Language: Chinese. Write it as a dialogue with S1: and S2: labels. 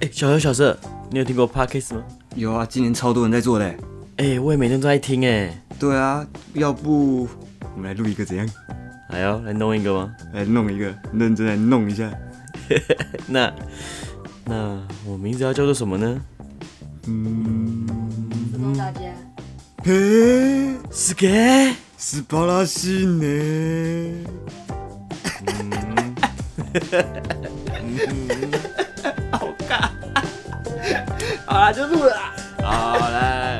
S1: 哎小何、小色，你有听过 Podcast 吗？
S2: 有啊，今年超多人在做的欸。
S1: 哎、我也每天都在听哎、
S2: 对啊，要不我们来录一个怎样？
S1: 哎呦，来弄一个吗？
S2: 来弄一个，认真来弄一下。
S1: 那那我名字要叫做什么呢？
S2: 嗯，
S3: 问大家，
S2: 嘿，
S1: 是给
S2: 斯巴拉西呢？
S1: 好啦，